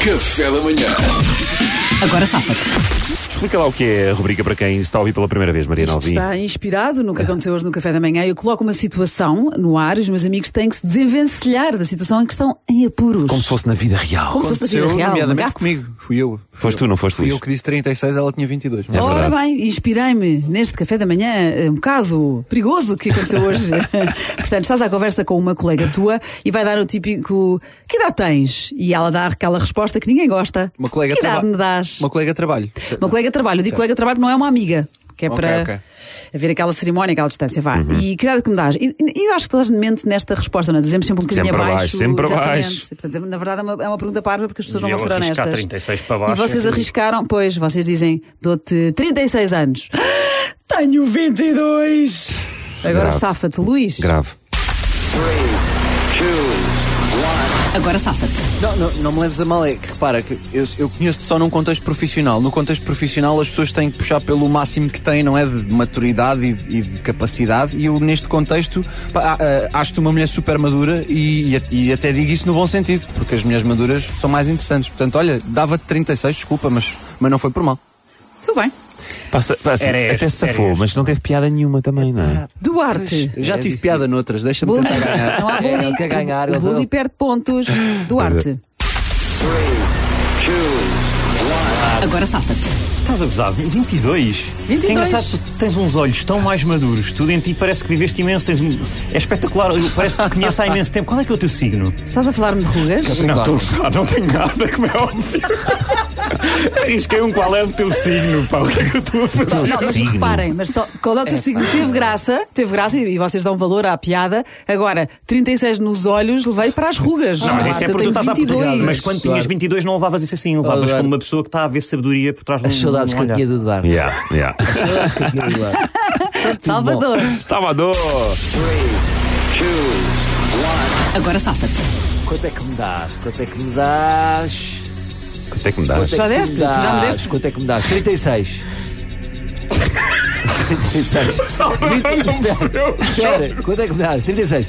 Café da manhã. Agora safa-te. Explica lá o que é a rubrica para quem está a ouvir pela primeira vez, Maria Isto Alvim. está inspirado no que aconteceu hoje no café da manhã. Eu coloco uma situação no ar e os meus amigos têm que se desenvencilhar da situação em que estão em apuros. Como se fosse na vida real. Como se fosse a vida real. uma nomeadamente gafe. comigo. Fui eu. Fui Foste eu. tu, não foste, Fui Luís? eu que disse 36, ela tinha 22. É Ora verdade. bem, inspirei-me neste café da manhã eh, um bocado perigoso que aconteceu hoje. Portanto, estás à conversa com uma colega tua e vai dar o típico que idade tens? E ela dá aquela resposta que ninguém gosta. Uma colega que idade traba- me dás? Uma colega de trabalho. Uma colega de trabalho. Eu digo colega de trabalho, não é uma amiga. Que é Ok, para ok. haver aquela cerimónia, aquela distância, vá. E que idade que me dás? E, e eu acho que toda a gente mente nesta resposta, não é? Dizemos sempre um bocadinho Sempre abaixo. abaixo, sempre exatamente. abaixo. E, portanto, na verdade é uma, é uma pergunta parva porque as pessoas E não eu vão ser arriscar honestas. 36 para baixo E vocês é que- arriscaram, pois, vocês dizem, dou-te 36 anos. Tenho 22! Agora Grave. safa-te, Luís. Grave. Agora safa-te. Não, não, não me leves a mal, é que repara que eu, eu conheço-te só num contexto profissional. No contexto profissional as pessoas têm que puxar pelo máximo que têm, não é? De maturidade e de, e de capacidade. E eu, neste contexto, pá, ah, ah, acho-te uma mulher super madura e, e a- e até digo isso no bom sentido, porque as mulheres maduras são mais interessantes. Portanto, olha, dava-te 36, desculpa, mas, mas não foi por mal. Tudo bem. Passa, passa, Era este, até se era safou, este. Ah, mas não teve piada nenhuma também, não é? Duarte. Já tive piada noutras, deixa-me Bullying. tentar ganhar. Não há bullying. ele quer ganhar, o eles- bullying perde pontos. Duarte. Agora safa-te. Estás a gozar? 22? 22. Que engraçado, tu tens uns olhos tão mais maduros, tudo em ti parece que viveste imenso, tens um- é espetacular, eu- parece que te conheces há imenso tempo. Qual é que é o teu signo? Estás a falar-me de rugas? Não, estou a gozar, não tenho nada, como é óbvio. Arrisquei um qual é o teu signo, pá, o que é que eu estou a Não, fazer? não, mas signo. reparem, mas to- qual é o teu signo? Teve graça, teve graça e e vocês dão valor à piada. Agora, 36 nos olhos, levei para as rugas. Não, mas isso Duarte, é eu porque tu tenho estás a 22. Mas quando tinhas Claro. 22 não levavas isso assim, levavas Eduardo. como uma pessoa que está a ver sabedoria por trás de um As saudades um que eu olhar. tinha de dar. Yeah, yeah. Salvador. Salvador! Agora safa-te. Quanto é que me dás? Quanto é que me dás? Até é que me dás. Já deste? Tu já me deste? Quanto é que me dás? 36. 36. Espera, quanto é que me dás? 36.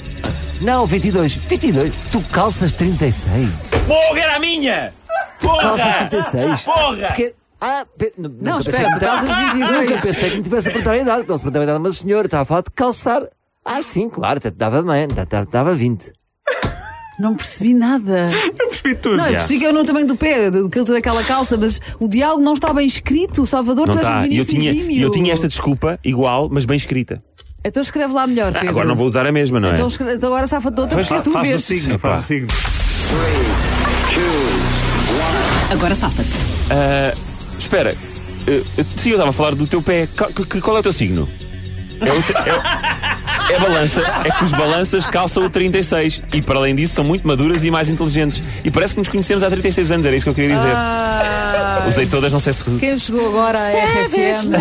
Não, 22. 22. Tu calças 36. Porra, era a minha! Calças Porra! 36. Porra! Porque. Ah, pe- n- Não, nunca pensei espera, que tu me dá- calças Nunca 22. pensei que me tivesse a perguntar a idade. Não se perguntava a idade, mas o senhor estava a falar de calçar. Ah, sim, claro, até te dava, mãe, até te dava 20. Não percebi nada. percebi tudo. Não, eu percebi que eu não também do pé, do que daquela calça, mas o diálogo não está bem escrito. Salvador, Não tu és um tá. Eu ministro tinha, exímio. eu tinha esta desculpa, igual, mas bem escrita. Então escreve lá melhor, Pedro. Ah, Agora não vou usar a mesma, não é? assim. Então, escreve- então agora safa de outra, porque é tu Faz o vês. signo, faz o signo. Agora safa-te. Ah, espera. Ah, sim, eu estava a falar do teu pé. Ca- que- que- Qual é o teu signo? É, o te- é- é balança. É que os balanças calçam o 36. E para além disso, são muito maduras e mais inteligentes. E parece que nos conhecemos há 36 anos, era isso que eu queria dizer. Ah, Usei todas, não sei se. quem chegou agora à RFM está...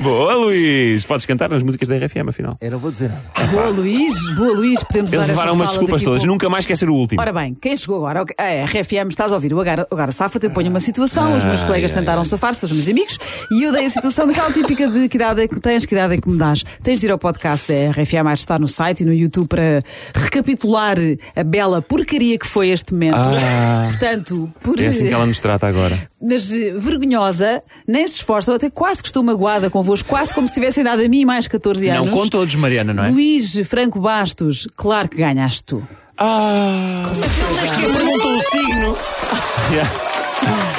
Boa, Luís! Podes cantar nas músicas da RFM, afinal. Eu não vou dizer nada. Boa Luís, boa Luís, podemos Eles usar essa levaram umas fala desculpas daqui a todas. pouco. Nunca mais quer ser o último. Ora bem, quem chegou agora? ok, A RFM estás a ouvir o Agora, agora Safa, eu ponho uma situação, os meus Ai, colegas ai, tentaram ai. safar-se, os meus amigos, e eu dei a situação daquela típica de que idade é que tens, que idade é que me dás. Tens de ir ao podcast da RFM, há de estar no site e no YouTube para recapitular a bela porcaria que foi este momento. Ah. Portanto, por É assim que ela nos trata agora. mas eh, vergonhosa, nem se esforçam, até quase que estou magoada convosco, quase como se tivessem dado a mim mais 14 anos. todos, Mariana, é? não Luís Franco Bastos, claro que ganhaste tu. Ah! Quem perguntou o signo?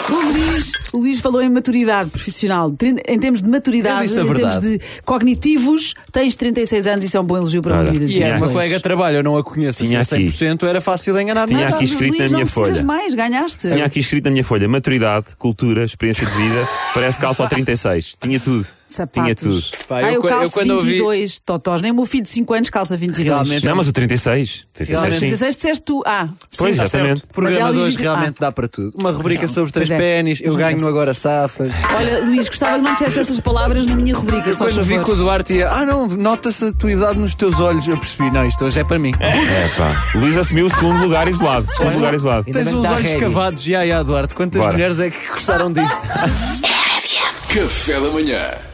O Luís, o Luís falou em maturidade profissional. Trin- Em termos de maturidade, Eu disse a em termos verdade. de cognitivos, tens 36 anos, isso é um bom elogio para Ora, uma vida de E é 22. uma colega de trabalho, eu não a conheço assim Tinha a aqui. 100%, era fácil enganar Tinha nada. aqui escrito Luís, na não minha precisas folha. mais, ganhaste. Tinha aqui escrito na minha folha maturidade, cultura, experiência de vida. Parece que calça ao 36. Tinha tudo. Sapatos. Tinha tudo. Pá, ah, eu eu qua- eu calço quando ouvi- 22, totós. Nem o meu filho de 5 anos calça 22. Realmente. Não, mas o 36. 36 sim. 16 disseste tu. Ah, Pois, Sim, está exatamente. O programa Mas ela de hoje diz- realmente dá para tudo. Uma rubrica sobre três Pois é. Ah, pênis, eu Mas ganho não no Agora Safa. olha, Luís, gostava que não dissesse essas palavras na minha rubrica. Só Quando vi favor. que o Duarte ia, ah não, nota-se a tua idade nos teus olhos, eu percebi, não, isto hoje é para mim. É, pá. Luís assumiu o segundo lugar isolado. Segundo lugar isolado. Ainda Tens bem que uns dá olhos reggae. cavados, já, já, Duarte, quantas Bora. mulheres é que gostaram disso? Café da manhã.